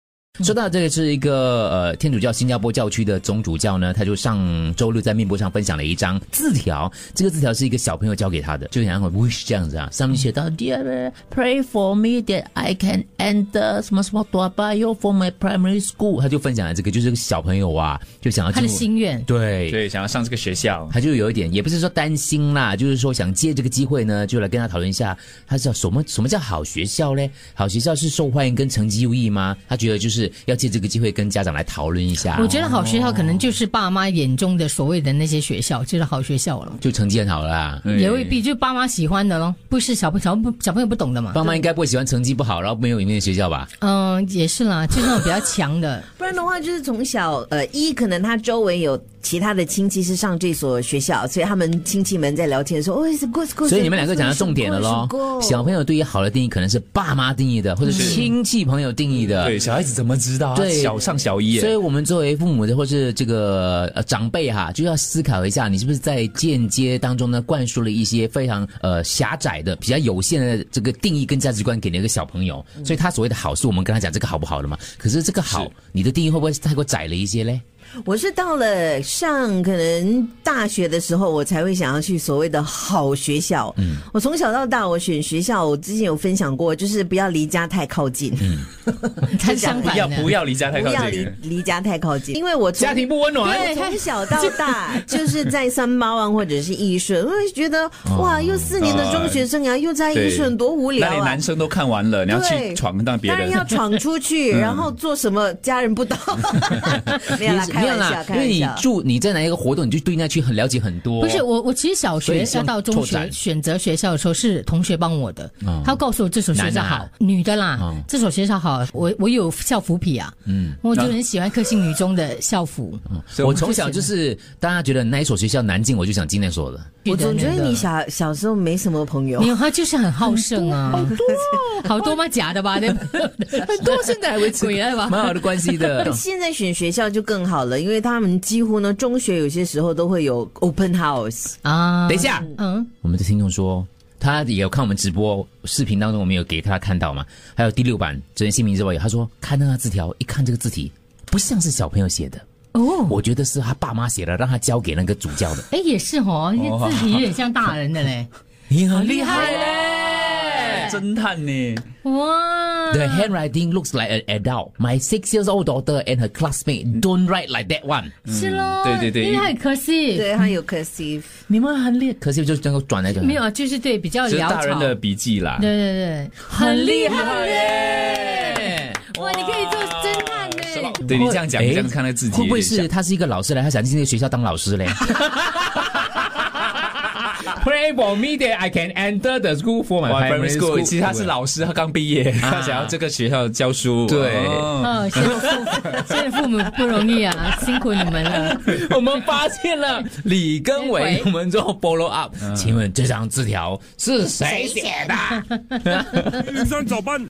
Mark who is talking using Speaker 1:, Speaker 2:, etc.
Speaker 1: 嗯
Speaker 2: 说到这个是一个呃天主教新加坡教区的总主教呢，他就上周六在面博上分享了一张字条，这个字条是一个小朋友交给他的，就像 wish 这样子啊，上面写到 Dear pray for me that I can enter 什么什么 d a b a y o for my primary school，他就分享了这个，就是个小朋友啊，就想要
Speaker 1: 他的
Speaker 2: 进入
Speaker 1: 心愿。
Speaker 2: 对
Speaker 3: 对，想要上这个学校，
Speaker 2: 他就有一点，也不是说担心啦，就是说想借这个机会呢，就来跟他讨论一下，他叫什么什么叫好学校嘞？好学校是受欢迎跟成绩优异吗？他觉得就是要借这个机会跟家长来讨论一下。
Speaker 1: 我觉得好学校可能就是爸妈眼中的所谓的那些学校，就是好学校了，
Speaker 2: 就成绩很好啦。
Speaker 3: 对
Speaker 1: 也未必就是爸妈喜欢的咯，不是小朋小朋小朋友不懂的嘛。
Speaker 2: 爸妈应该不会喜欢成绩不好，然后没有里面的学校吧？
Speaker 1: 嗯，也是啦，就是那种比较强的。
Speaker 4: 不然的话，就是从小呃，一可能他周围有其他的亲戚是上这所学校，所以他们亲戚们在聊天说，哦，it's good school。
Speaker 2: 所以你们两个讲到重点了喽。小朋友对于好的定义可能是爸妈定义的，或者是亲戚朋友定义的。
Speaker 3: 对，小孩子怎么知道啊？
Speaker 2: 呃对
Speaker 3: 小上小一耶，
Speaker 2: 所以，我们作为父母的或是这个呃长辈哈，就要思考一下，你是不是在间接当中呢，灌输了一些非常呃狭窄的、比较有限的这个定义跟价值观给那个小朋友。所以他所谓的好，是我们跟他讲这个好不好了嘛？可是这个好
Speaker 3: 是，
Speaker 2: 你的定义会不会太过窄了一些嘞？
Speaker 4: 我是到了上可能大学的时候，我才会想要去所谓的好学校。嗯，我从小到大，我选学校，我之前有分享过，就是不要离家太靠近，
Speaker 2: 嗯
Speaker 1: 他相
Speaker 3: 不
Speaker 1: 反
Speaker 3: 要
Speaker 1: 的，
Speaker 3: 不要离家太
Speaker 4: 不
Speaker 3: 靠
Speaker 4: 要离
Speaker 3: 近，
Speaker 4: 离家太靠近，因为我从
Speaker 3: 家庭不温暖。
Speaker 4: 对，从小到大就是在三八湾或者是义顺，我就觉得哇，又四年的中学生涯又在义顺，
Speaker 3: 对
Speaker 4: 多无
Speaker 3: 那
Speaker 4: 聊
Speaker 3: 你
Speaker 4: 啊
Speaker 3: 男！生都看完了，你要去
Speaker 4: 对
Speaker 3: 闯荡别
Speaker 4: 当然
Speaker 3: 人，
Speaker 4: 要闯出去，然后做什么家人不懂，没有啦，
Speaker 2: 你
Speaker 4: 开玩
Speaker 2: 啦
Speaker 4: 笑，，开
Speaker 2: 因为
Speaker 4: 玩
Speaker 2: 你
Speaker 4: 笑。
Speaker 2: 住你在哪一个活动，你就对那区很了解很多。
Speaker 1: 不是我，我其实小
Speaker 2: 所以
Speaker 1: 学
Speaker 2: 希
Speaker 1: 要
Speaker 2: 望
Speaker 1: 到中
Speaker 2: 拓
Speaker 1: 学
Speaker 2: 展
Speaker 1: 选择学校的时候，是同学帮我的。
Speaker 2: 哦
Speaker 1: 他告诉我这所学校
Speaker 2: 男的
Speaker 1: 好
Speaker 2: 啊，
Speaker 1: 女的啦
Speaker 2: 哦，
Speaker 1: 这所学校好，我我有校服皮啊，嗯，我就很喜欢克星女中的校服。
Speaker 3: 所以
Speaker 2: 我从小就是大家觉得那一所学校难进，我就想进那所的。
Speaker 4: 我总觉
Speaker 1: 那
Speaker 4: 得
Speaker 1: 个
Speaker 4: 你小小时候没什么朋友。
Speaker 1: 没。有，他就是很好胜啊，好多好多吗？假的吧？ 对，很多现在还维持鬼啊来吧？
Speaker 2: 蛮好的关系的
Speaker 4: 现在选学校就更好了，因为他们几乎呢，中学有些时候都会有 open house。
Speaker 1: 啊，
Speaker 2: 等一，下，
Speaker 1: 嗯，
Speaker 2: 我们的听众说，他也有看我们直播视频当中，我们有给他看到嘛？还有第六版《真人姓名之外》，他说看那个字条，一看这个字体，不像是小朋友写的，
Speaker 1: 哦，
Speaker 2: 我觉得是他爸妈写的，让他交给那个主教的。
Speaker 1: 哎，也是哦，因为字体有点像大人的嘞，
Speaker 2: 你很
Speaker 1: 厉 害
Speaker 2: 嘞！
Speaker 3: 侦探呢，
Speaker 1: 哇，
Speaker 2: The handwriting looks like an adult. My six years old daughter and her classmate don't write like that one.
Speaker 1: 是咯，
Speaker 3: 对对对
Speaker 1: 因为他很可惜，
Speaker 4: 对，还有 cursive。
Speaker 2: 你们很厉害，可惜就是能够转来转去。
Speaker 1: 没有，啊，就是对比较
Speaker 3: 就是
Speaker 1: 潦
Speaker 3: 大人
Speaker 1: 草，
Speaker 3: 的笔记啦。
Speaker 1: 对对对，很厉害嘞，
Speaker 2: 耶。
Speaker 1: 哇，哦你可以做侦探嘞，
Speaker 3: 对你这样讲，
Speaker 2: 哎
Speaker 3: 你这样看那个字体，
Speaker 2: 会不会是？他是一个老师来，他想进这个学校当老师 嘞？Pray for me that I can enter the school for my
Speaker 3: 哇
Speaker 2: primary
Speaker 3: ，primary
Speaker 2: school。
Speaker 3: school，其实他是老师，他刚毕业，他想要这个学校教书。
Speaker 2: 对
Speaker 3: 哦
Speaker 1: 哦，现在父现在父母不容易啊，辛苦你们了，
Speaker 2: 我们发现了李根
Speaker 1: 伟
Speaker 2: 伟，我们做 follow
Speaker 3: 嗯
Speaker 2: up。请问这张字条是谁写的？
Speaker 5: 雨山早班。